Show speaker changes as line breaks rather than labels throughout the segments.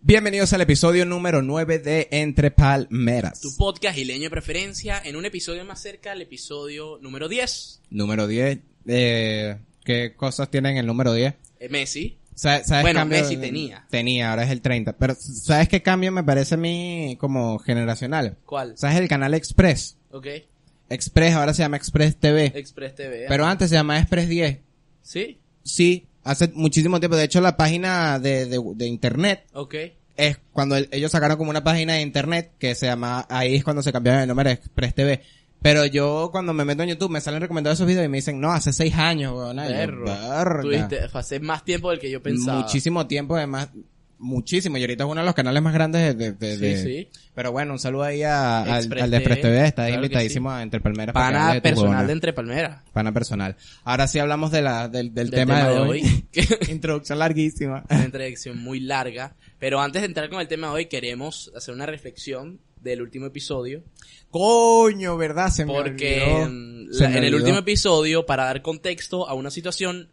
Bienvenidos al episodio número 9 de Entre Palmeras.
Tu podcast leño de preferencia en un episodio más cerca al episodio número 10.
Número 10. Eh, ¿Qué cosas tienen el número 10?
Eh, Messi.
Sa- ¿Sabes
Bueno,
cambio?
Messi tenía.
Tenía, ahora es el 30. Pero ¿sabes qué cambio me parece a mí como generacional?
¿Cuál?
¿Sabes el canal Express?
Ok.
Express ahora se llama Express TV.
Express TV.
Pero antes se llamaba Express 10.
¿Sí?
Sí, hace muchísimo tiempo. De hecho, la página de, de, de internet
Ok.
es cuando el- ellos sacaron como una página de internet que se llama, ahí es cuando se cambiaron el nombre de Express TV. Pero yo cuando me meto en YouTube me salen recomendados esos videos y me dicen, no, hace seis años, weón.
Perro. Tuviste, fue hace más tiempo del que yo pensaba.
Muchísimo tiempo, además, muchísimo. Y ahorita es uno de los canales más grandes de... de- de-
Sí,
de-
sí.
Pero bueno, un saludo ahí a, al,
Express
al de Express
TV,
TV, está
claro que
invitadísimo a Entre Palmeras. para que hable
Pana
de tu
personal
huevona.
de Entre Palmeras.
Pana personal. Ahora sí hablamos de la, del, del
Del
tema,
tema
de,
de
hoy.
hoy.
Introducción larguísima.
Una introducción muy larga. Pero antes de entrar con el tema de hoy, queremos hacer una reflexión del último episodio.
Coño, ¿verdad? Se me
Porque
olvidó.
mm,
Se
la-
me
en el
olvidó.
último episodio, para dar contexto a una situación,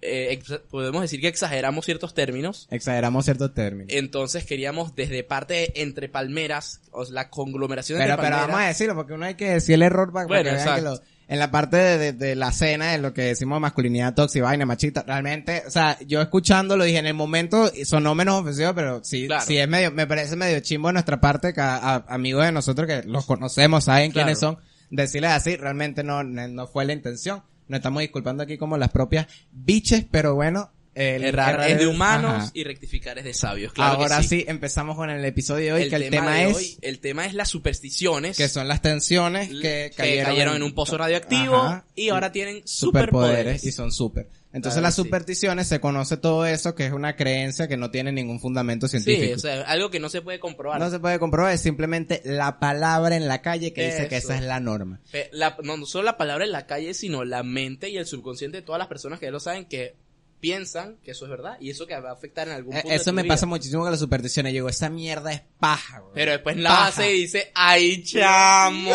eh, ex- podemos decir que exageramos ciertos términos.
Exageramos ciertos términos.
Entonces queríamos desde parte de entre palmeras, o sea, la conglomeración
pero,
entre
pero
palmeras.
vamos a decirlo, porque uno hay que decir el error para para
Bueno,
que vean que
exacto.
lo- en la parte de, de- de la cena, de lo que decimos masculinidad tóxica, vaina, machista, realmente, o sea, yo escuchándolo dije en el momento, sonó menos ofensivo, pero sí,
Claro.
sí es medio, me parece medio chimbo de nuestra parte que a- a- amigos de nosotros que los conocemos, saben
Claro.
quiénes son, decirles así, realmente no, no no fue la intención. Nos estamos disculpando aquí como las propias biches, pero bueno, el
Errar es de humanos
ajá.
y rectificar es de sabios. Claro que
Ahora
sí.
sí. empezamos con el episodio de hoy, que el tema,
de
es
hoy- el tema es las supersticiones
que son las tensiones
que
que
cayeron, en un pozo radioactivo
Ajá.
y ahora tienen
superpoderes
superpoderes.
y son super. Entonces
Claro,
las
sí.
supersticiones se conoce todo eso que es una creencia que no tiene ningún fundamento
Sí,
científico.
o sea, algo que no se puede comprobar.
no se puede comprobar, es simplemente la palabra en la calle que dice que
Eso.
esa es la norma.
Fe- la- no, no solo la palabra en la calle, sino la mente y el subconsciente de todas las personas que ya lo saben que piensan que eso es verdad y eso que va a afectar en algún
Eh,
punto. de
Eso
tu
me
vida.
pasa muchísimo con las supersticiones. Yo digo, esa mierda es paja, güey.
Pero después en la
Paja.
base dice, ¡ay, chamo!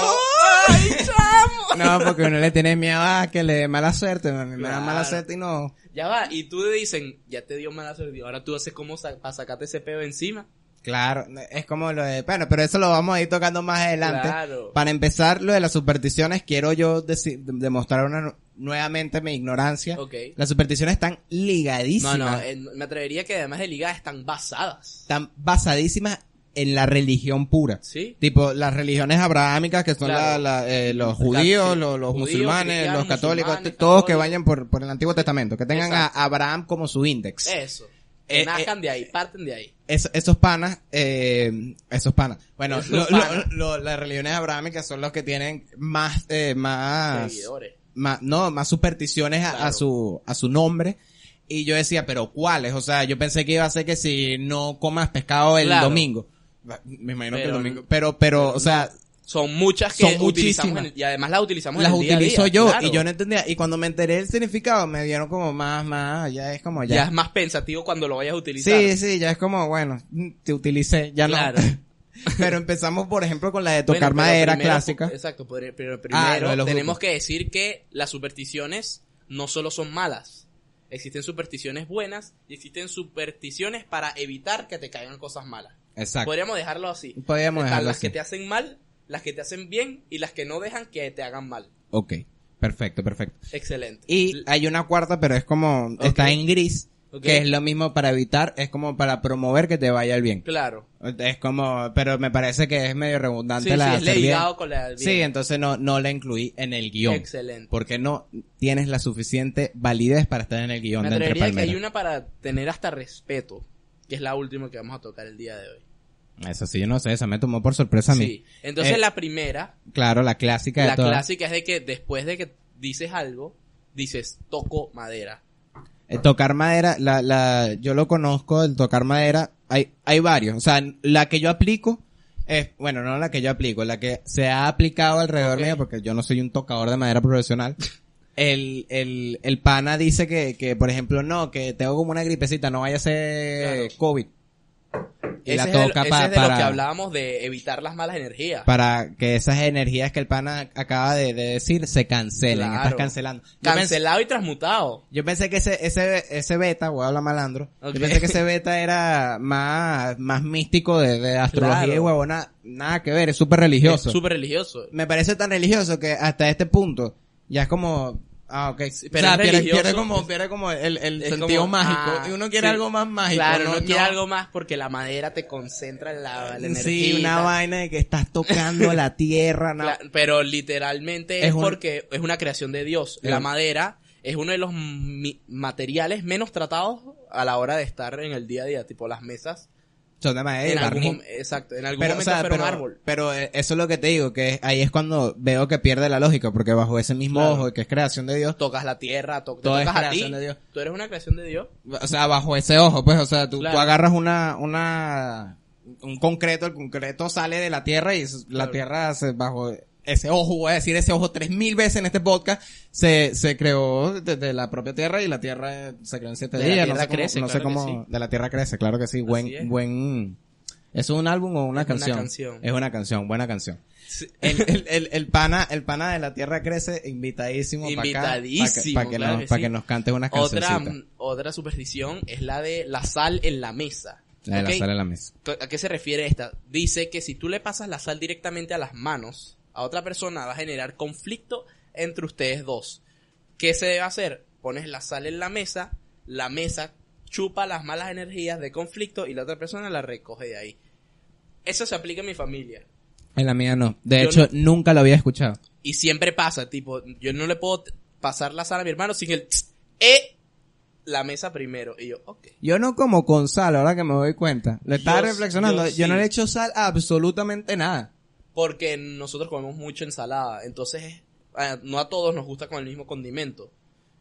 ¡Ay, chamo!
No, porque uno le tiene miedo a que le dé mala suerte, mami, me da mala
Claro.
suerte y no.
Ya va, y tú le dicen, ya te dio mala suerte, ahora tú haces como sa- para sacarte ese pedo encima.
Claro, es como lo de, bueno, pero eso lo vamos a ir tocando más adelante.
Claro.
Para empezar, lo de las supersticiones, quiero yo deci- demostrar una- nuevamente mi ignorancia.
Ok.
Las supersticiones están
No,
ligadísimas,
no, eh, me atrevería que además de ligadas están basadas.
están basadísimas en la religión pura.
¿Sí?
Tipo, las religiones abrahámicas, que son
Claro.
la- la- eh, los
Claro,
judíos,
sí.
los, los
Judíos,
musulmanes, los
cristianos,
católicos,
musulmanes,
t- todos que
católicos.
vayan por, por el Antiguo Testamento, que tengan
Exacto.
a Abraham como su índice.
Eso.
Eh,
Nazcan de ahí, parten de ahí.
Es- esos panas, eh, esos panas. Bueno,
Esos
lo- lo-
panas.
lo- las religiones abrahámicas son los que tienen más, eh, más,
Seguidores.
más, no, más supersticiones a, a
Claro.
su, a su nombre. Y yo decía, pero ¿cuáles? O sea, yo pensé que iba a ser que si no comas pescado el
Claro.
domingo. Me imagino que el
Pero-
domingo. Pero, pero, o sea,
Son muchas que
Son
utilizamos
muchísimas.
en el- y además las utilizamos
las
en el día a
utilizo
día,
yo
claro.
y yo no entendía. Y cuando me enteré del significado, me dieron como más, más, ya es como
ya.
ya.
es más pensativo cuando lo vayas a utilizar.
sí, sí, ya es como, bueno, mm, te utilicé, ya
Claro.
no. pero empezamos, por ejemplo, con la de
Bueno,
tocar
pero
madera
primero-
clásica.
Exacto, podría- pero
Ah, lo
primero
de los
tenemos
grupos.
que decir que las supersticiones no solo son malas. Existen supersticiones buenas y existen supersticiones para evitar que te caigan cosas malas.
Exacto.
Podríamos dejarlo así.
Podríamos
Están
dejarlo
las
así.
que te hacen mal, las que te hacen bien y las que no dejan que te hagan mal.
Ok, perfecto, perfecto.
Excelente.
Y hay una cuarta, pero es como, está en gris,
Ok.
que es lo mismo para evitar, es como para promover que te vaya el bien.
claro.
Es como, pero me parece que es medio
Sí,
redundante
sí,
la de
es
hacer bien.
ligado con la del
Sí,
bien.
entonces no, no la incluí en el guión.
Excelente.
Porque no tienes la suficiente validez para estar en el guión
Me
de Entre
atrevería que hay
Palmeras.
una para tener hasta respeto, que es la última que vamos a tocar el día de hoy.
Eso sí, yo no sé, eso me tomó por sorpresa a mí.
Sí. Entonces
Eh,
la primera,
Claro, la clásica
la
de todas.
clásica es de que después de que dices algo, dices toco madera.
El Eh, tocar madera, la, la, yo lo conozco, el tocar madera, hay, hay varios. O sea, la que yo aplico es, bueno, no la que yo aplico, la que se ha aplicado alrededor
Ok.
mío, porque yo no soy un tocador de madera profesional. El, el, el pana dice que, que, por ejemplo, no, que tengo como una gripecita, no vaya a ser
Claro.
COVID. y
Ese
la
es de lo-
toca
ese
pa-
es de lo que
para,
hablábamos de evitar las malas energías.
para que esas energías que el pana acaba de, de decir se cancelen.
Claro.
Estás cancelando. Yo pensé-
Cancelado y transmutado.
Yo pensé que ese, ese, ese beta, voy a hablar malandro,
Ok.
yo pensé que ese beta era más, más místico de, de astrología
Claro.
y huevona, nada que ver, es súper religioso.
Es Súper religioso.
Me parece tan religioso que hasta este punto ya es como, ah, ok,
pero
o sea,
es
pierde,
religioso.
pierde como, pierde como el, el
Es
sentido
como,
mágico,
ah,
y uno quiere
sí.
algo más mágico.
Claro, no, quiere algo más porque la madera te concentra la, la energía.
Sí, una vaina de que estás tocando la tierra, no.
Cla- pero literalmente es,
Es un-
porque es una creación de Dios.
Es
La
un-
madera es uno de los mi- materiales menos tratados a la hora de estar en el día a día, tipo las mesas.
Son de madera,
en algún
Eh, barniz.
mom- exacto, en algún
pero, o
momento
sea,
fueron
pero,
árbol.
pero, eh, eso es lo que te digo, que ahí es cuando veo que pierde la lógica, porque bajo ese mismo
Claro.
ojo, que es creación de Dios,
Tocas la tierra, to- te
Todo es
tocas a ti.
creación de Dios.
Tú eres una creación de Dios.
o sea, bajo ese ojo, pues, o sea, tú, tú
Claro.
agarras una, una, un concreto, el concreto sale de la tierra y s- la
Claro.
tierra se, bajo ese ojo, voy a decir ese ojo tres mil veces en este podcast, se, se creó desde la propia tierra y la tierra eh, se creó en siete
De la
días, no
tierra
sé cómo,
crece,
no sé
claro que
cómo- de la tierra crece, claro que sí,
es.
buen, buen, ¿es un álbum o una
Es una
canción?
canción.
Es una canción, buena canción.
Sí.
El, el, el, el pana, el pana de la tierra crece invitadísimo para
Invitadísimo,
que,
claro
nos,
que
pa'
sí.
que nos cantes unas
Otra,
cancioncitas.
otra superstición es la de la sal en la mesa.
La de
mm, ¿Ok?
la sal en la mesa.
¿A qué se refiere esta? Dice que si tú le pasas la sal directamente a las manos a otra persona, va a generar conflicto entre ustedes dos. ¿Qué se debe hacer? Pones la sal en la mesa, la mesa chupa las malas energías de conflicto y la otra persona la recoge de ahí. Eso se aplica en mi familia.
En la mía no. De
Yo
hecho, nunca lo había escuchado.
Y siempre pasa, tipo, yo no le puedo t- pasar la sal a mi hermano sin el... tss, eh, la mesa primero. Y yo, ok.
Yo no como con sal, ahora que me doy cuenta. Lo estaba
Yo-
reflexionando.
yo
Yo,
sí.
no le echo sal a absolutamente nada.
Porque nosotros comemos mucho ensalada, entonces eh, no a todos nos gusta con el mismo condimento.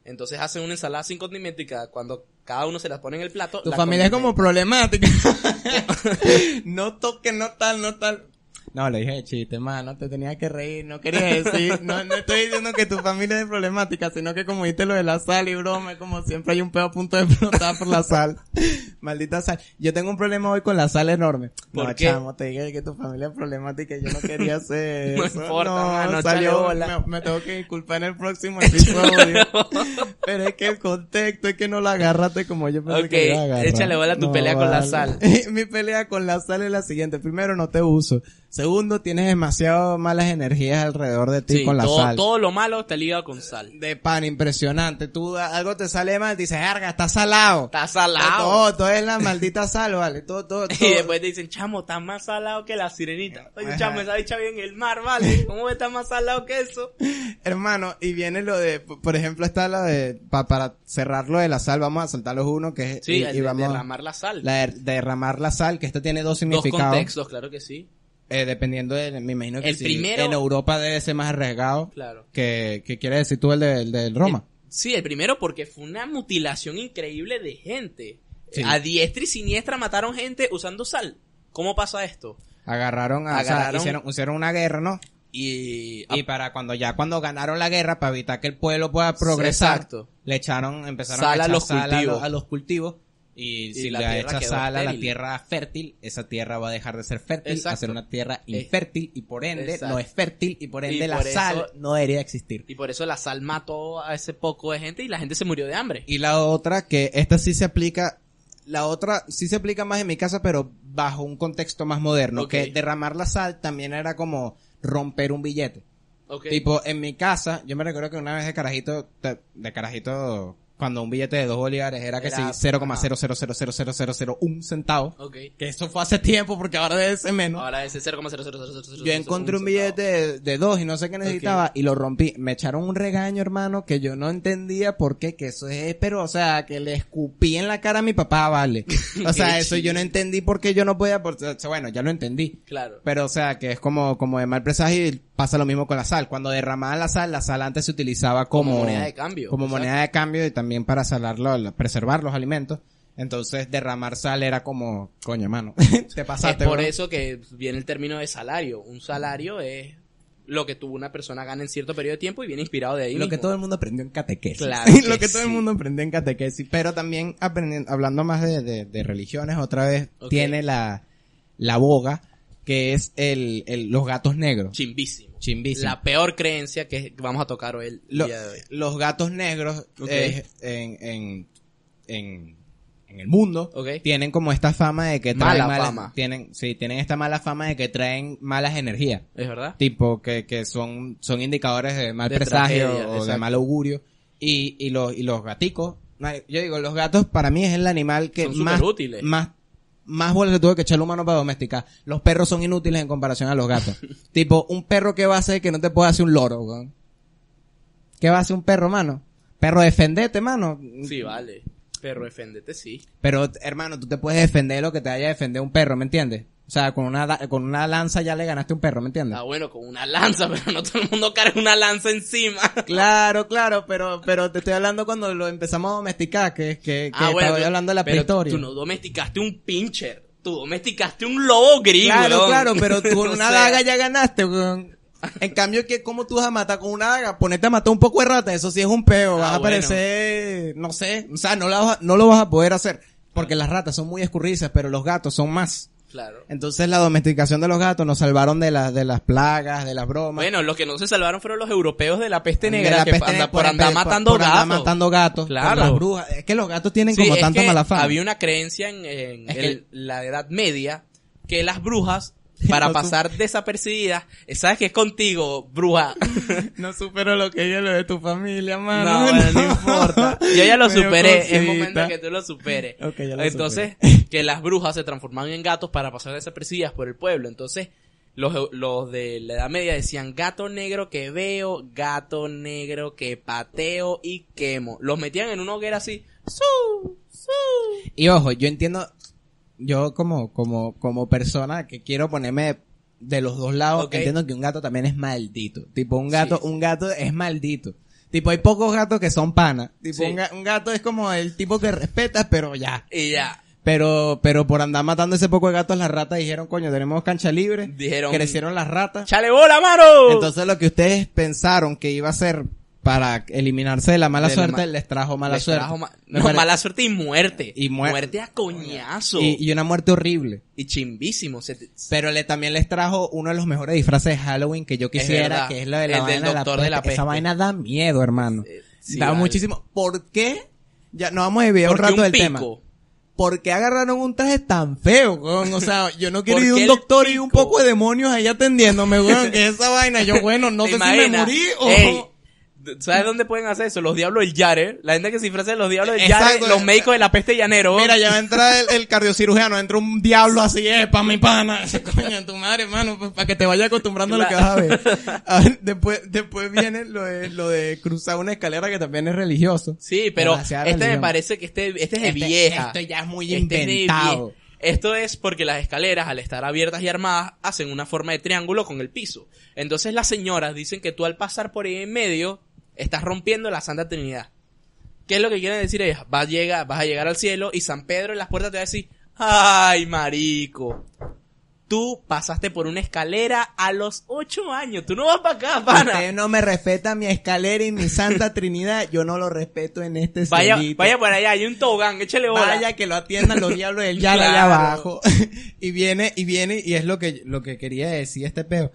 Entonces hacen una ensalada sin condimento y cada, cuando cada uno se la pone en el plato...
Tu
la
familia es como
condimenta.
problemática. no toque, no tal, no tal. No, le dije de chiste, mano, te tenía que reír, no quería decir, no, no estoy diciendo que tu familia es problemática, sino que como dijiste lo de la sal y broma, como siempre hay un pedo a punto de explotar por la sal. Maldita sal. Yo tengo un problema hoy con la sal enorme.
¿Por
no,
qué?
chamo, te dije que tu familia es problemática y yo no quería hacer
No
eso.
importa, mano,
salió,
échale bola.
me, me tengo que disculpar en el próximo episodio. Pero es que el contexto es que no lo agarraste como yo pensé
Ok,
que lo iba a agarrar.
échale bola a tu pelea con la sal.
Mi pelea con la sal es la siguiente. Primero, no te uso. Segundo, tienes demasiado malas energías alrededor de ti
Sí,
con la
todo,
sal.
todo lo malo está ligado con sal.
De pan, impresionante. Tú a- algo te sale mal, dices, arga, está salado.
Está
Todo,
salado.
todo es la maldita sal, vale. Todo, todo, todo.
Y después te dicen, chamo, está más salado que la sirenita. Oye,
Ajá.
chamo, esa bicha bien en el mar, ¿vale? ¿Cómo está más salado que eso?
Hermano, y viene lo de, p- por ejemplo, está la de, pa- para cerrar lo de la sal, vamos a saltar los uno que es,
Sí,
y,
el
y
de
vamos,
derramar la sal.
la de derramar la sal, que esta tiene dos
Dos
significados.
contextos, claro que sí.
Eh, dependiendo de, me imagino que
El
sí,
primero-
en Europa debe ser más arriesgado
Claro.
que, que quiere decir tú el de- el del Roma.
Sí, el primero porque fue una mutilación increíble de gente.
Sí.
A diestra y siniestra mataron gente usando sal. ¿Cómo pasa esto?
Agarraron a, o sea,
Agarraron- Ah.
hicieron, hicieron una guerra, ¿no?
Y,
Y para cuando ya cuando ganaron la guerra, para evitar que el pueblo pueda progresar,
Exacto.
le echaron, empezaron
Sal
a
a
echar
los
sal a, lo-
cultivos.
a los cultivos. Y si
la
le
tierra
echa
quedó
sal a la
estéril.
tierra fértil, esa tierra va a dejar de ser fértil,
Exacto.
va a ser una tierra
Eh,
infértil y por ende
exacto.
no es fértil y por ende
Y
la
por eso-
sal no debería existir.
y por eso la sal mató a ese poco de gente y la gente se murió de hambre.
Y la otra, que esta sí se aplica, la otra sí se aplica más en mi casa, pero bajo un contexto más moderno,
Ok.
que derramar la sal también era como romper un billete.
Ok.
Tipo, en mi casa, yo me recuerdo que una vez de carajito, de, de carajito, cuando un billete de dos bolívares era que
Era-
sí, 0,0000001 centavo.
Ok.
Que eso fue hace tiempo, porque ahora debe ser menos.
Ahora ese 0,00000.
Yo encontré un billete de, de dos y no sé qué necesitaba y lo rompí. Me echaron un regaño, hermano, que yo no entendía por qué, que eso es, pero, o sea, que le escupí en la cara a mi papá, vale. O sea,
Qué
eso yo no entendí por qué yo no podía, por- o sea, bueno, ya lo entendí.
Claro.
Pero, o sea, que es como, como de mal presagio y pasa lo mismo con la sal. Cuando derramaban la sal, la sal antes se utilizaba como,
Como moneda de cambio,
Como
exacto.
moneda de cambio y también para salarlo, la- preservar los alimentos. Entonces, derramar sal era como, coño, hermano, te
Es
pasaste.
por
bro.
eso que viene el término de salario. Un salario es lo que tuvo una persona gana en cierto periodo de tiempo y viene inspirado de ahí.
Lo que
mismo.
todo el mundo aprendió en catequesis.
Claro que
lo que todo el
sí.
mundo aprendió en catequesis. Pero también aprendiendo, hablando más de, de- de religiones, otra vez
Ok.
tiene la, la boga, que es el, el- los gatos negros.
Chimbísimo.
Chimbísimo.
La peor creencia que vamos a tocar hoy el
Lo-
día de hoy.
los gatos negros
Ok.
eh, en, en, en, en el mundo
Ok.
tienen como esta fama de que traen
Mala
malas-
fama.
Tienen, sí, tienen esta mala fama de que traen malas energías.
¿Es verdad?
tipo que, que son, son indicadores de mal
De
presagio
tragedia,
o de
exacto.
mal augurio. Y, y, los, y los gaticos, mari- yo digo, los gatos para mí es el animal que
Son
más,
superútiles.
más, más bolas le tuve que echar el humano para domesticar. Los perros son inútiles en comparación a los gatos. tipo, un perro que va a hacer que no te pueda hacer un loro, weón? ¿Qué va a hacer un perro, mano? Perro, defendete, mano.
Sí, vale. Pero deféndete, sí.
Pero, hermano, tú te puedes defender de lo que te haya defendido un perro, ¿me entiendes? O sea, con una, da- con una lanza ya le ganaste a un perro, ¿me entiendes?
Ah, bueno, con una lanza, pero no todo el mundo carga una lanza encima.
Claro, claro, pero, pero te estoy hablando cuando lo empezamos a domesticar, que, que, que
Ah, bueno,
estoy
tú-
hablando de la
pero
prehistoria.
Tú no domesticaste un pincher. Tú domesticaste un lobo gris,
claro,
weón.
claro, pero tú con
O
una
sea,
daga ya ganaste, weón. En cambio, que ¿cómo tú vas a matar con una daga? Ponerte a matar un poco de rata, eso sí es un peo. vas
Ah,
a
bueno.
parecer, no sé, o sea, no, la vas a- no lo vas a poder hacer. Porque las ratas son muy escurridizas, pero los gatos son más.
Claro.
Entonces la domesticación de los gatos nos salvaron de, las de las plagas, de las bromas.
Bueno, los que no se salvaron fueron los europeos de la peste
de
negra
la
que
peste
anda-
negra,
por, andar
por-
matando
por andar
gatos.
matando gatos. por
Claro.
las brujas. Es que los gatos tienen
Sí,
como
es
tanta
que
mala fama.
Había una creencia en, en
Es
el- la Edad Media que las brujas, para
No, tú-
pasar desapercibidas, eh, sabes que es contigo, bruja.
No supero lo que yo lo de tu familia,
No,
mano.
bueno, no importa. Yo ya lo
Me dio
superé. Es
cosita.
momento que tú lo superes.
Ok, ya lo
Entonces, que las brujas se transformaban en gatos para pasar desapercibidas por el pueblo. Entonces, los, los de la Edad Media decían gato negro que veo, gato negro que pateo y quemo. Los metían en una hoguera así. ¡Su! ¡Su!
Y ojo, yo entiendo, yo como, como, como persona que quiero ponerme de los dos lados,
Ok.
entiendo que un gato también es maldito. Tipo, un gato,
Sí, sí.
un gato es maldito. Tipo, hay pocos gatos que son panas. Tipo,
Sí.
un, ga- un gato es como el tipo que respetas, pero ya.
Y ya.
Pero, pero por andar matando ese poco de gatos, las ratas dijeron, coño, tenemos cancha libre.
Dijeron-
Crecieron las ratas.
¡Chale bola, mano!
Entonces lo que ustedes pensaron que iba a ser para eliminarse de la mala
De la
suerte,
ma-
les trajo mala
Les
suerte.
trajo ma-
Me
no,
pare-
mala suerte y muerte.
Y muer-
muerte a coñazo.
y,
Y,
y una muerte horrible.
chimbísimo. Se te- eh,
Pero le, también les trajo uno de los mejores disfraces de Halloween que yo quisiera,
verdad.
que es lo de la
El del
vaina de la
doctor de la
peste. Esa
peste.
vaina da miedo, hermano.
Eh, sí,
da
vale.
muchísimo. ¿Por qué? Ya nos vamos a desviar un
Porque
rato del
pico.
tema. ¿Por qué agarraron un traje tan feo, weón? O sea, yo no quiero
¿Por
ir a
qué
un
el
doctor y un
pico?
poco de demonios ahí atendiéndome, weón. Que esa vaina, yo bueno, no
¿Te
sé si me
imaginas?
morí o...
Ey, ¿Sabes dónde pueden hacer eso? Los diablos del Yare. La gente que se disfraza de los diablos del
Exacto.
Yare, los médicos de la peste llanero.
Mira, ya va a entrar el, el cardiocirujano, entra un diablo así, eh, pa' mi pana. Coño, tu madre, hermano, pues, para que te vaya acostumbrando a lo que vas a ver. A ver, después, después viene lo de, lo de cruzar una escalera que también es religioso.
Sí, pero este
Demasiada
me
religión.
parece que este, este es de
Este-
vieja.
esto ya es muy
Este es de
inventado.
vie- Esto es porque las escaleras, al estar abiertas y armadas, hacen una forma de triángulo con el piso. Entonces las señoras dicen que tú al pasar por ahí en medio, estás rompiendo la Santa Trinidad. ¿Qué es lo que quieren decir ellas? Vas a llegar, vas a llegar al cielo y San Pedro en las puertas te va a decir, ay, marico. Tú pasaste por una escalera a los ocho años. Tú no vas para acá, pana.
Usted no me respeta mi escalera y mi santa trinidad, yo no lo respeto en este
Vaya,
celito.
vaya por allá, hay un tobogán, échale bola.
Vaya que lo atiendan los diablos del ya allá
Claro.
abajo. y viene, y viene, y es lo que, lo que quería decir este peo.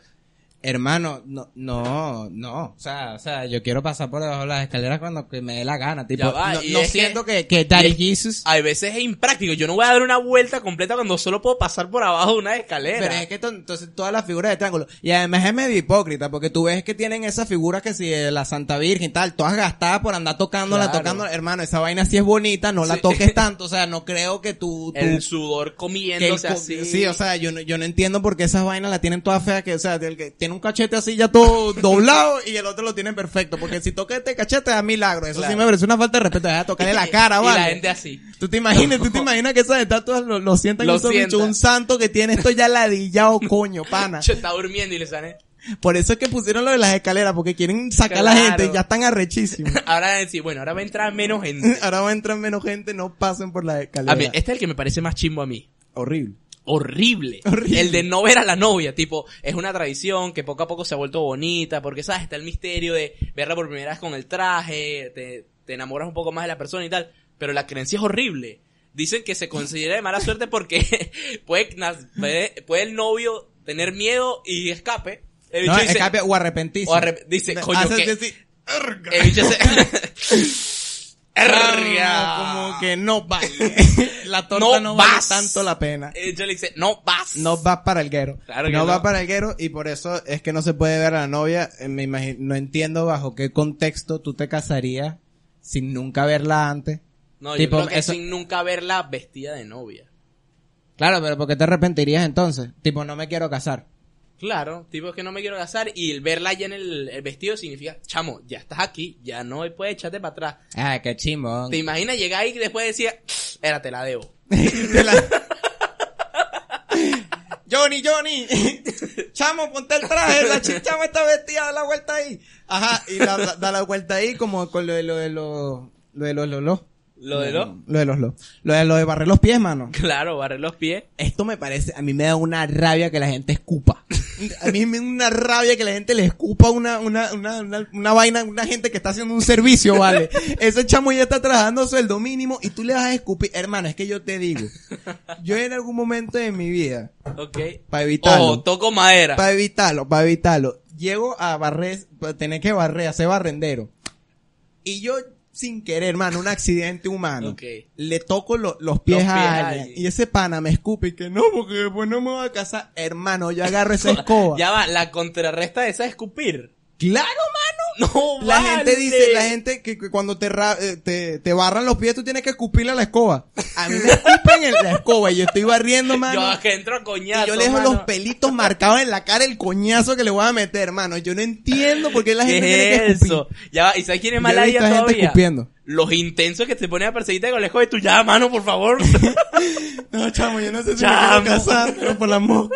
Hermano, no, no, no. O sea, o sea, yo quiero pasar por debajo de las escaleras cuando que me dé la gana. Tipo,
Ya va,
no,
y
no
es
siento que, que, Daddy
y es-
Jesus.
A veces es impráctico. Yo no voy a dar una vuelta completa cuando solo puedo pasar por abajo de una escalera.
Pero es que to- entonces todas las figuras de triángulo. Y además es medio hipócrita, porque tú ves que tienen esas figuras que si de la Santa Virgen y tal, todas gastadas por andar tocándola,
Claro.
tocándola. Hermano, esa vaina sí es bonita, no la
Sí.
toques tanto. O sea, no creo que tú, tú
El sudor
que el
comiéndose
co-
así.
Sí, o sea, yo no, yo no entiendo por qué esas vainas la tienen todas feas, que, o sea, el que tiene un cachete así ya todo doblado y el otro lo tiene perfecto, porque si toca este cachete da milagro, eso sí
Claro.
me parece una falta de respeto, deja de tocarle la cara,
Y
vale.
la gente así.
Tú te imaginas, tú te imaginas que esas estatuas lo, lo sientan
Lo
esos bichos,
sientan.
un santo que tiene esto ya ladillado, coño, pana.
Yo estaba durmiendo y le sale.
Por eso es que pusieron lo de las escaleras, porque quieren sacar a la
Claro.
gente y ya están arrechísimos.
Ahora van a decir, bueno, ahora va a entrar menos gente.
Ahora va a entrar menos gente, no pasen por las escaleras.
A mí, este es el que me parece más chimbo a mí.
Horrible.
Horrible.
Horrible.
El de no ver a la novia, tipo, es una tradición que poco a poco se ha vuelto bonita, porque sabes, está el misterio de verla por primera vez con el traje, te, te enamoras un poco más de la persona y tal, pero la creencia es horrible. Dicen que se considera de mala suerte porque puede, na- puede- puede el novio tener miedo y escape. El bicho
No,
dice,
escape o arrepentirse.
o arrep- dice, coño,
Haces
que-
así, "Erga".
el bicho se...
Ah,
Erga.
Como que no vale. La
No
torta no, vale
vas.
tanto la pena.
El bicho le dice, no vas.
No va para el guero.
Claro que
no,
no.
va para el guero y por eso es que no se puede ver a la novia. Eh, Me imagino, no entiendo bajo qué contexto tú te casarías sin nunca verla antes.
No,
Tipo,
yo creo que
eso-
sin nunca verla vestida de novia.
Claro, pero ¿por qué te arrepentirías entonces? Tipo, no me quiero casar.
Claro, tipo es que no me quiero casar y el verla ya en el, el vestido significa, chamo, ya estás aquí, ya no puedes echarte para atrás.
Ah, qué chimbo.
¿Te imaginas llegar ahí y después decía, era, te la debo?
Johnny, Johnny. Chamo, ponte el traje. La chi- chama está vestida, da la vuelta ahí. Ajá, y la- da, da la vuelta ahí como con lo de lo de los... Lo de los lolos.
Lo de los...
Lo de los lo. Lo de lo de barrer los pies, mano.
Claro, barrer los pies.
Esto me parece, a mí me da una rabia que la gente escupa. A mí me da una rabia que la gente le escupa una, una, una, una, una vaina, una gente que está haciendo un servicio, ¿vale? Ese chamo ya está trabajando sueldo mínimo y tú le vas a escupir. Hermano, es que yo te digo, yo en algún momento de mi vida,
Ok.
para evitarlo,
Ojo, toco madera.
para evitarlo, para evitarlo, llego a barrer, pa- tener que barrer, hacer barrendero. Y yo, sin querer, hermano, un accidente humano.
Ok.
Le toco lo- los pies,
Los pies
a
a
alguien.
alguien.
Y ese pana me escupe y que no, porque después no me voy a casar. Hermano, yo agarro esa escoba.
Ya va, la contrarresta de esa es escupir.
Claro,
No,
La gente
vale.
dice, la gente que, que cuando te, ra- eh, te, te barran los pies, tú tienes que escupirle a la escoba. A mí me escupen en la escoba y yo estoy barriendo, mano.
Yo que entro a coñazo,
Y yo le dejo
mano.
los pelitos marcados en la cara el coñazo que le voy a meter, hermano. Yo no entiendo por qué la gente
¿Qué
tiene que
es
escupir.
eso? Ya va, ¿y sabes quién
Yo
es
he
mala
visto a
idea
gente
todavía?
escupiendo.
Los intensos que te ponen a perseguirte con el escoba y tú ya, mano, por favor.
No, chamo, yo no sé si
Chamo.
me quiero casar, pero por la mosca.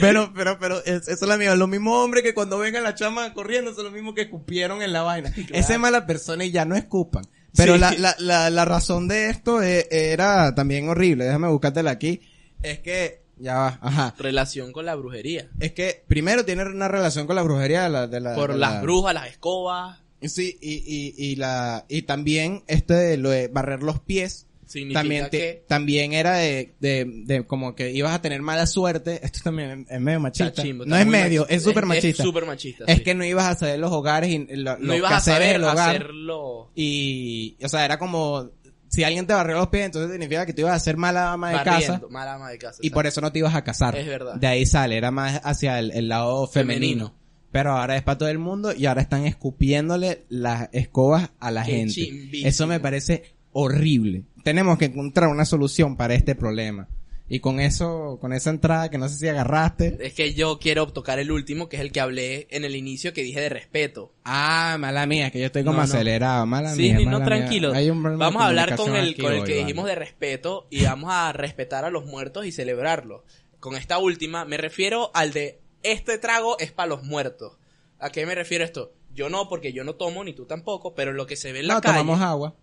Pero, pero, pero, es- eso es la mía. Los mismos hombres que cuando vengan la chama corriendo son los mismos que escupieron en la vaina. Esa es mala persona y ya no escupan. Pero
Sí.
la, la, la, la razón de esto eh, era también horrible. Déjame buscártela aquí. Es que, ya va, ajá.
Relación con la brujería.
Es que primero tiene una relación con la brujería de la, de la-
Por
de
las
la-
brujas, las escobas.
Sí, y, y, y la, y también este de lo de barrer los pies.
Significa
También, te-
que...
también era de, de, de como que ibas a tener mala suerte. Esto también es- es medio machista.
Está chimbo,
no
está
es
muy
medio,
machi-
es súper machista.
Es súper machista.
Es
sí.
que no ibas a saber los hogares y lo-
no
los
ibas a
quehaceres
saber
del hogar.
hacerlo.
Y, o sea, era como, si alguien te barrió los pies, entonces significa que tú ibas a ser mala ama de
barriendo,
casa.
Mala ama de casa.
Y por eso no te ibas a casar.
Es verdad.
De ahí sale, era más hacia el, el lado femenino.
Femenino.
Pero ahora es para todo el mundo y ahora están escupiéndole las escobas a la
Qué
gente.
chimbísimo.
Eso me parece horrible. Tenemos que encontrar una solución para este problema. Y con eso, con esa entrada que no sé si agarraste.
Es que yo quiero tocar el último, que es el que hablé en el inicio, que dije de respeto.
Ah, mala mía, que yo estoy como
No, no.
acelerado, mala
sí,
mía.
ni-
mala
no,
mía.
tranquilo.
Hay un problema de
Vamos a hablar con
comunicación
el,
aquí
con el
hoy,
que
vale.
dijimos de respeto y vamos a respetar a los muertos y celebrarlos. Con esta última me refiero al de este trago es para los muertos. ¿A qué me refiero esto? Yo no, porque yo no tomo, ni tú tampoco, pero lo que se ve en la
No,
calle...
tomamos agua.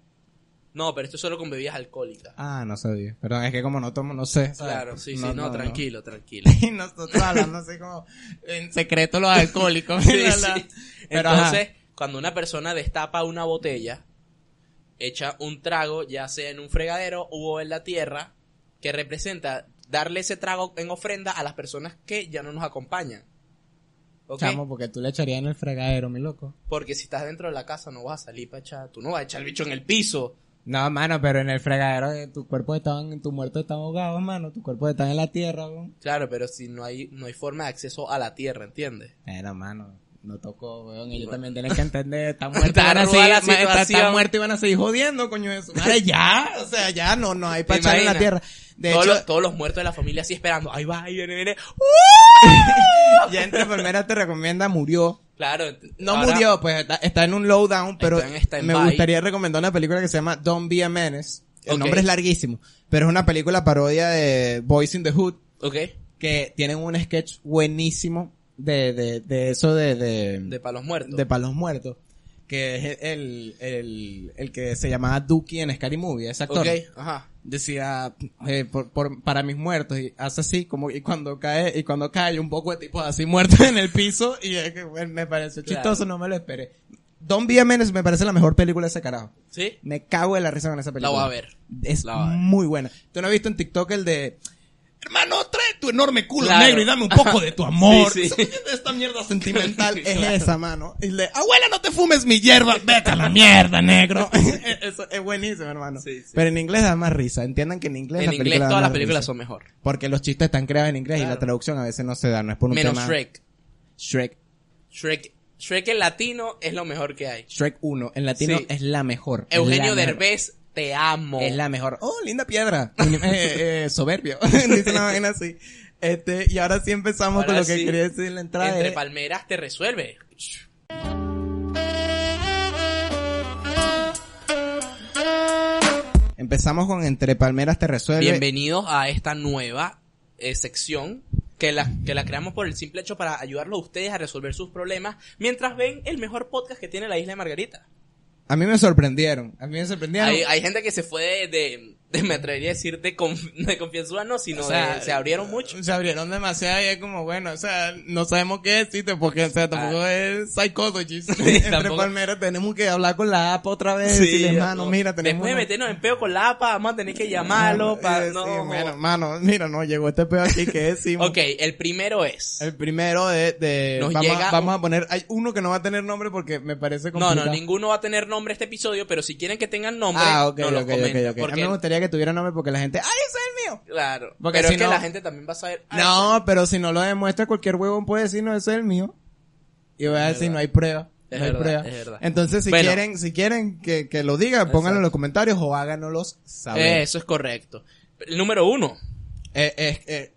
No, pero esto es solo con bebidas alcohólicas.
Ah, no sabía. Perdón, es que como no tomo, no sé. ¿sabes?
Claro, sí, sí, no, tranquilo, tranquilo.
y nosotros hablando así como en secreto los alcohólicos.
Sí,
la,
sí.
la. Pero, ajá.
Entonces, cuando una persona destapa una botella, echa un trago, ya sea en un fregadero o en la tierra, que representa darle ese trago en ofrenda a las personas que ya no nos acompañan. ¿Ok?
Chamo, porque tú le echarías en el fregadero, mi loco.
Porque si estás dentro de la casa no vas a salir para echar, tú no vas a echar el bicho en el piso.
No, mano, pero en el fregadero eh, tu cuerpo estaban, tu muerto están ahogados, mano. Tu cuerpo está en la tierra, weón.
Claro, pero si no hay no hay forma de acceso a la tierra, ¿entiendes?
Era, mano. No tocó, weón. Y yo
Bueno.
también tenía que entender. Están muertos.
Está
van a
ruda
seguir, ma-
la
está-
situación.
están muertos y van a seguir jodiendo, coño. Eso. Madre, ya. O sea, ya no, no hay para
¿Te
echar en la
imaginas?
tierra. De
todos,
hecho,
los, todos los muertos de la familia así esperando, ahí va, ahí viene, viene.
ya entre enfermera te recomienda murió.
Claro,
No
ahora-
murió, pues está, está en un lowdown, pero
Está en stand-by.
me gustaría recomendar una película que se llama Don't Be a Menace. El
Ok.
nombre es larguísimo, pero es una película parodia de Boys in the Hood
Ok,
que tienen un sketch buenísimo de, de, de eso de, de,
de
de,
para los muertos.
palos muertos, que es el, el, el que se llamaba Dookie en Scary Movie, ese actor.
ok, ajá.
Decía, eh, por, por- para mis muertos, y hace así, como, y cuando cae, y cuando cae un poco de tipos así muertos en el piso, y es que, bueno, me pareció
Claro.
chistoso, no me lo esperé. Don't Be a Menace me parece la mejor película de ese carajo.
¿Sí?
Me cago de la risa con esa película.
La voy a ver.
Es
La voy a ver.
muy buena. ¿Tú no has visto en TikTok el de... Hermano, trae tu enorme culo
Claro.
negro y dame un poco de tu amor.
Sí, sí.
Esta mierda sentimental es esa, mano. Y le, abuela, no te fumes mi hierba, vete a la mierda, negro. Eso es buenísimo, hermano.
Sí, sí.
Pero en inglés da más risa. Entiendan que en inglés
En
la película
inglés
da
todas
más
las películas
risa.
son mejor.
Porque los chistes están creados en inglés y
Claro.
la traducción a veces no se da, no es por un
Menos
tema...
Shrek.
Shrek.
Shrek. Shrek en latino es lo mejor que hay.
Shrek 1, en latino
Sí.
es la mejor. es la
Eugenio
mejor.
Derbez, te amo.
Es la mejor. Oh, linda piedra. Eh, eh, soberbio. Dice una vaina así. Este, y ahora sí empezamos
Ahora
con lo que
sí.
quería decir en la entrada.
Entre
de-
palmeras te resuelve.
Empezamos con Entre Palmeras te resuelve.
Bienvenidos a esta nueva eh, sección que la, que la creamos por el simple hecho para ayudarlos a ustedes a resolver sus problemas mientras ven el mejor podcast que tiene la isla de Margarita.
A mí me sorprendieron. A mí me sorprendieron.
Hay, hay gente que se fue de, de- de- me atrevería a decir, de, conf- de confianzuda, no, sino
O sea,
de- se abrieron mucho.
Se abrieron demasiado y es como, bueno, o sea, no sabemos qué decirte porque, o sea, tampoco es psychology. Entre
Ah. tampoco.
Palmeras tenemos que hablar con la app otra vez.
Sí,
y decirle, mano,
no.
mira, tenemos...
Después de
una-
meternos en peo con la APA, vamos a tener que llamarlo para...
Eh, sí,
no.
bueno, mano, mira, no, llegó este pedo aquí que decimos.
ok, el primero es...
El primero de... de-
Nos
vamos,
llega
vamos a poner... Hay uno que no va a tener nombre porque me parece
No,
complicado.
no, ninguno va a tener nombre este episodio, pero si quieren que tengan nombre,
ah, ok,
nos
ok,
lo
ok,
comentan.
ok. A
Porque,
mí me gustaría que tuviera nombre porque la gente... ¡Ay, ese es el mío!
claro,
Porque
pero
si
es que
no-
la gente también va a saber. ah,
No, pero si no lo demuestra, cualquier huevón puede decir, no, ese es el mío. Y voy a decir, no hay prueba.
Es
no hay
verdad,
prueba.
es verdad.
Entonces, si
Bueno.
quieren, si quieren que, que lo digan, pónganlo en los comentarios o háganoslos saber.
Eso es correcto. El número uno.
Eh, eh, eh,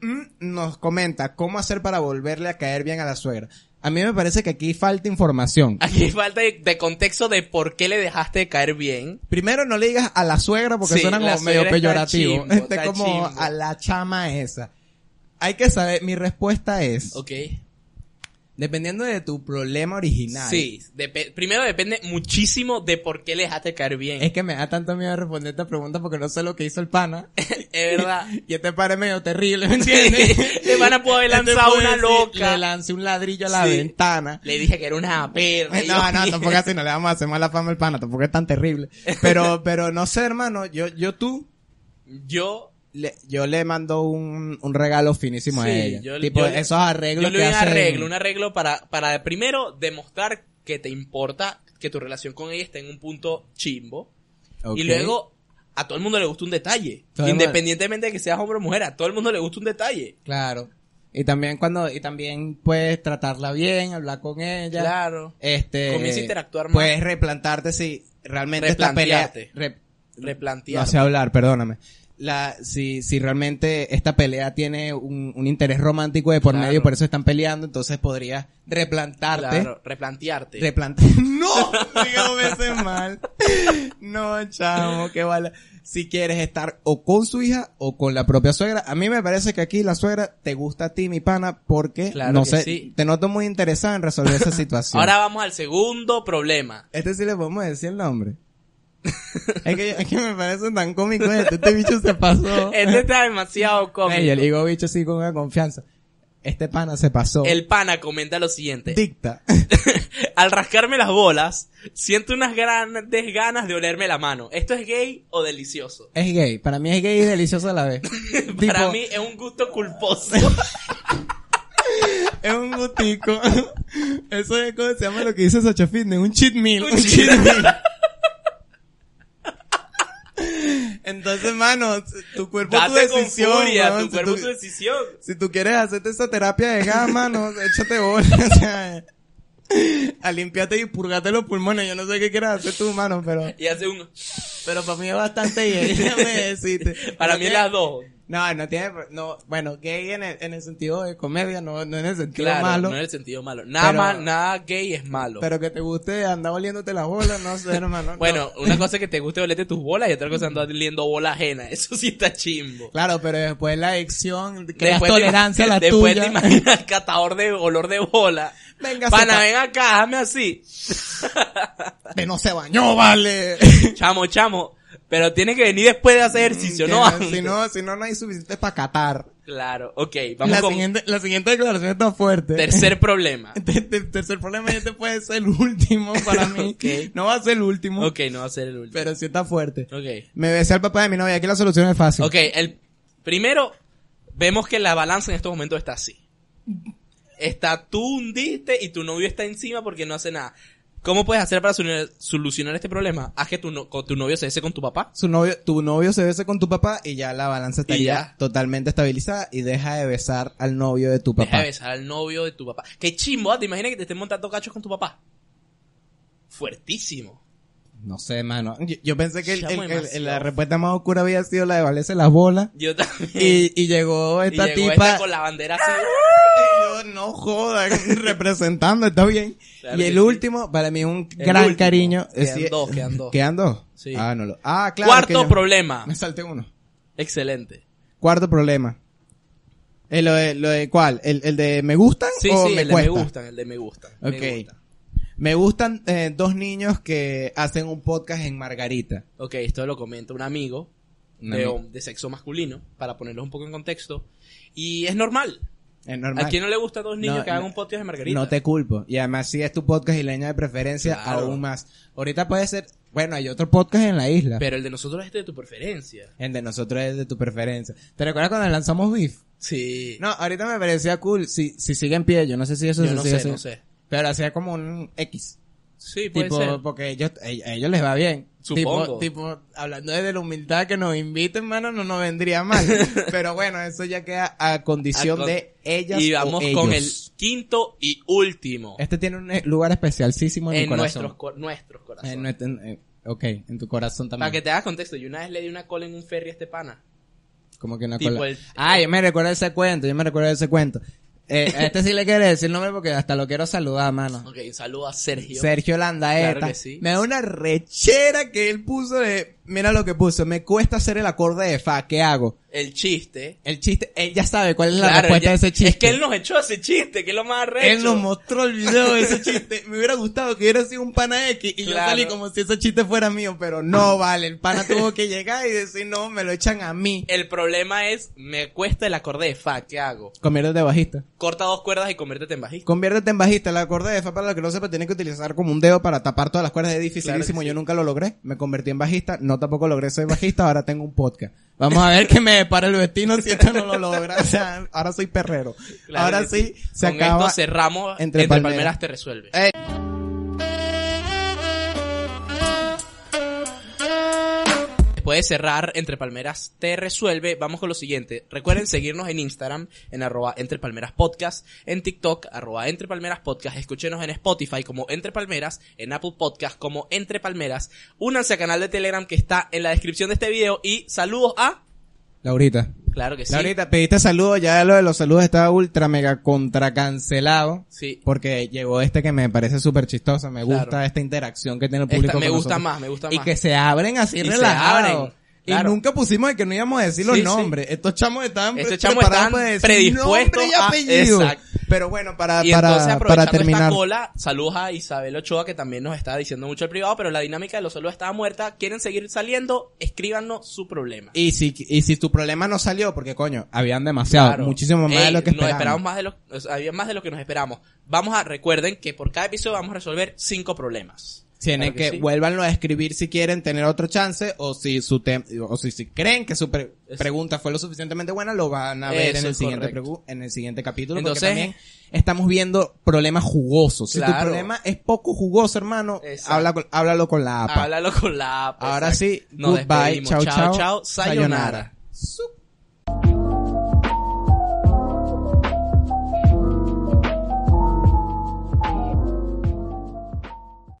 mm, nos comenta cómo hacer para volverle a caer bien a la suegra. A mí me parece que aquí falta información.
Aquí falta de, de contexto de por qué le dejaste de caer bien.
Primero no le digas a la suegra porque
Sí,
suena
la
como medio
suegra está
peyorativo.
chimbo,
Este,
está
como
chimbo.
a la chama esa. Hay que saber, mi respuesta es,
Ok.
dependiendo de tu problema original.
Sí. depe- primero depende muchísimo de por qué le dejaste de caer bien.
Es que me da tanto miedo responder esta pregunta porque no sé lo que hizo el pana.
es verdad.
Y este pana es medio terrible, ¿me entiendes?
Le van a poder lanzar
Este puede
una
decir,
loca.
Le lancé un ladrillo a la
Sí.
ventana.
Le dije que era una perra. y
No,
yo-
no, tampoco así, no le vamos a hacer mala fama al pana, tampoco es tan terrible. Pero, pero no sé, hermano, yo, yo tú,
Yo
le- yo le mando un, un regalo finísimo a
Sí,
ella.
yo-
tipo,
yo-
esos arreglos
Yo le
que
doy un
hacen-
arreglo, un arreglo para, para primero demostrar que te importa que tu relación con ella esté en un punto chimbo.
Ok.
Y luego, a todo el mundo le gusta un detalle.
Todo el mundo-
Independientemente de que seas hombre o mujer, a todo el mundo le gusta un detalle.
Claro. Y también cuando, y también puedes tratarla bien, hablar con ella.
Claro.
Este.
Comienza a interactuar más.
Puedes replantarte si realmente esta pelea.
Replantearte.
re-
Replantear.
no sé hablar, perdóname. La, si, si realmente esta pelea tiene un, un interés romántico de por
Claro.
medio, por eso están peleando, entonces podrías replantarte.
Claro, replantearte.
Replantar. ¡No! Dígame veces mal. No, chamo, qué bala. Si quieres estar o con su hija o con la propia suegra. A mí me parece que aquí la suegra te gusta a ti, mi pana, porque
Claro
no
que
sé,
sí.
te noto muy interesada en resolver esa situación.
Ahora vamos al segundo problema.
Este sí le podemos decir el nombre. es, que, es que me parece tan cómico este. Este bicho se pasó.
Este está demasiado cómico.
Ey, yo le digo bicho así con una confianza. Este pana se pasó.
El pana comenta lo siguiente.
dicta.
Al rascarme las bolas, siento unas grandes ganas de olerme la mano. ¿Esto es gay o delicioso?
es gay. Para mí es gay y delicioso a la vez.
Para
Tipo,
mí es un gusto culposo.
Es un gustico. Eso es como se llama lo que dice Sacha Fitness, un cheat meal.
Un
un
cheat
cheat meal. Entonces, mano, tu cuerpo es tu
Date con
decisión.
furia,
weón.
tu
Si
cuerpo
tú-
es tu decisión.
Si tú quieres hacerte esa terapia de gas, mano, échate bola, o sea, a limpiarte y purgarte los pulmones. Yo no sé qué quieres hacer tú, mano, pero,
Y hace un...
pero para mí es bastante gay, déjame decirte.
Para
No
mí
tiene-
las dos.
No, no tiene, no, bueno, gay en el, en el sentido de comedia, no, no en el sentido
Claro,
malo.
no en el sentido malo. Nada
Pero-
mal- nada gay es malo.
Pero que te guste andar oliéndote las bolas, no sé, hermano.
bueno,
no.
una cosa es que te guste olerte tus bolas y otra cosa andar liendo bola ajena. Eso sí está chimbo.
Claro, pero después la adicción, creas
Después te-
tolerancia a la
después
tuya.
te imaginas el catador de olor de bola.
Venga,
Pana,
sepa.
ven acá, hazme así.
Que no se bañó, vale.
Chamo, chamo. Pero tiene que venir después de hacer ejercicio,
Mm, Que
¿no?
no- Si no, si no, no hay suficiente para catar.
Claro, ok, vamos
La
con
siguiente, la siguiente declaración está fuerte.
tercer problema.
Te- te- tercer problema este puede ser el último para mí.
Ok.
No va a ser el último,
Ok, no va a ser el último.
pero sí está fuerte.
Ok.
Me besé al papá de mi novia, aquí la solución es fácil.
Ok, el primero, vemos que la balanza en estos momentos está así. Está tú hundiste y tu novio está encima porque no hace nada. ¿Cómo puedes hacer para solu- solucionar este problema? Haz que tu, no- con tu novio se bese con tu papá.
Su novio, tu novio se besa con tu papá y ya la balanza está
ya.
totalmente estabilizada y deja de besar al novio de tu
Deja
papá.
de besar al novio de tu papá. Qué chimbo, ¿ah? ¿te imaginas que te estén montando cachos con tu papá? Fuertísimo.
No sé, mano. Yo, yo pensé que el-
Chamo,
el- el- el- la
demasiado.
respuesta más oscura había sido la de valerse las bolas.
Yo también.
Y, y llegó
Y
esta
llegó este
tipa.
esta con la bandera así.
Y yo, no joda, representando, está bien.
Claro
y
que
el
sí.
último, para mí, un
El
gran
último.
cariño.
Quedan
Sí,
dos, quedan dos.
¿Quedan dos?
Sí.
Ah, no lo. Ah, claro. que
Cuarto
yo-
problema.
Me salté uno.
Excelente.
Cuarto problema. Eh, lo, de, ¿Lo de cuál? ¿El, el de me gustan
Sí,
o
sí,
Oh, me
el
cuesta?
de me gustan, el de me gustan. me
Ok.
gustan.
Me gustan eh, dos niños que hacen un podcast en Margarita.
Ok, esto lo comenta un amigo
Un
de,
amigo.
hom- de sexo masculino, para ponerlos un poco en contexto. Y es normal.
Es normal.
¿A quién no le gusta a dos niños
No,
que hagan
no,
un podcast de margarita?
No te culpo. Y además, si es tu podcast isleño de preferencia,
Claro.
aún más. Ahorita puede ser. Bueno, hay otro podcast en la isla.
Pero el de nosotros es de tu preferencia.
El de nosotros es de tu preferencia. ¿Te recuerdas cuando lanzamos Beef?
Sí.
No, ahorita me parecía cool. Si, si sigue en pie, yo no sé si eso
Yo
se
no
sigue
sé,
así.
no sé.
Pero hacía como un X.
Sí, puede
Tipo,
ser.
porque ellos, a a ellos les va bien. Tipo,
Supongo.
tipo, hablando de la humildad que nos inviten, mano, no nos vendría mal. Pero bueno, eso ya queda a condición
A con-
de ellas
Y vamos
o
con el
ellos.
quinto y último.
Este tiene un eh, lugar especialísimo en,
en
mi corazón.
nuestros, cor- nuestros corazones.
En nuestro- en- eh, ok, en tu corazón también.
Para que te hagas contexto, yo una vez le di una cola en un ferry a este pana.
Como que una
Tipo
cola.
el-
Ah, yo me recuerdo ese cuento, yo me recuerdo ese cuento. Eh, a este sí le quiere decir el nombre porque hasta lo quiero saludar, mano.
Ok, un saludo a Sergio.
Sergio Landaeta.
Claro que sí.
Me da una rechera que él puso de... Mira lo que puso. Me cuesta hacer el acorde de fa. ¿Qué hago?
el chiste.
El chiste... Él ya sabe cuál es la
Claro,
respuesta
ya-
de ese chiste.
Es que él nos echó ese chiste, que es lo más recho.
Él nos mostró el video de ese chiste. Me hubiera gustado que hubiera sido un pana X y yo
Claro.
salí como si ese chiste fuera mío, pero no vale. El pana tuvo que llegar y decir, no, me lo echan a mí.
El problema es, me cuesta el acorde de fa, ¿qué hago?
Conviértete de bajista.
Corta dos cuerdas y conviértete en bajista.
Conviértete en bajista. El acorde de fa, para los que no sepa, tienes que utilizar como un dedo para tapar todas las cuerdas. Es dificilísimo.
Claro que
Yo nunca lo logré. Me convertí en bajista. No, tampoco logré ser bajista. Ahora tengo un podcast. Vamos a ver qué me depara el destino si esto no lo logra. O sea, ahora soy perrero.
Claro
ahora
que
sí, se
Con
acaba.
esto cerramos,
entre
entre,
palmeras.
palmeras. te resuelve.
Eh.
Después de Eh, cerrar Entre Palmeras te resuelve, vamos con lo siguiente. Recuerden seguirnos en Instagram, en arroba Entre Palmeras Podcast, en TikTok, arroba Entre Palmeras Podcast, escúchenos en Spotify como Entre Palmeras, en Apple Podcast como Entre Palmeras. Únanse al canal de Telegram que está en la descripción de este video y saludos a...
Laurita.
Claro que sí.
Laurita, pediste saludos. Ya lo de los saludos estaba ultra mega contra cancelado.
Sí.
Porque llegó este que me parece súper chistoso. Me
Claro.
gusta esta interacción que tiene el público.
Esta- me
con
gusta
nosotros.
más, me gusta
y
más.
que se abren así
Y se
relajados.
abren,
Y
claro.
nunca pusimos de que no íbamos a decir los
Sí, sí.
nombres. Estos chamos estaban
Estos
pre-
chamos
preparados
estaban
para decir
predispuestos
nombre y
a-
apellido.
Exacto.
Pero bueno, para,
Y entonces
para, para
aprovechando
terminar.
esta cola, saludos a Isabel Ochoa que también nos estaba diciendo mucho el privado, pero la dinámica de los saludos estaba muerta. ¿Quieren seguir saliendo? Escríbanos su problema.
Y si, y si tu problema no salió, porque coño, habían demasiado,
Claro.
muchísimo más de
Ey,
lo que
nos
esperábamos.
esperamos más de lo, o sea, había más de lo que nos esperamos. Vamos a, recuerden que por cada episodio vamos a resolver cinco problemas.
Tienen
Claro
que,
sí.
vuélvanlo a escribir si quieren tener otro chance o si su tem- o si, si creen que su pre-
Es-
pregunta fue lo suficientemente buena lo van a ver
Eso
en el
es
siguiente
correcto.
pregu- en el siguiente capítulo
Entonces-
porque también estamos viendo problemas jugosos. Si tu
Claro.
problema es poco jugoso, hermano,
Exacto.
habla con- háblalo con la APA.
Háblalo con la app,
Ahora
exacto.
sí,
Nos
goodbye,
despedimos.
chao, chao,
chao, sayonara.
Zuc.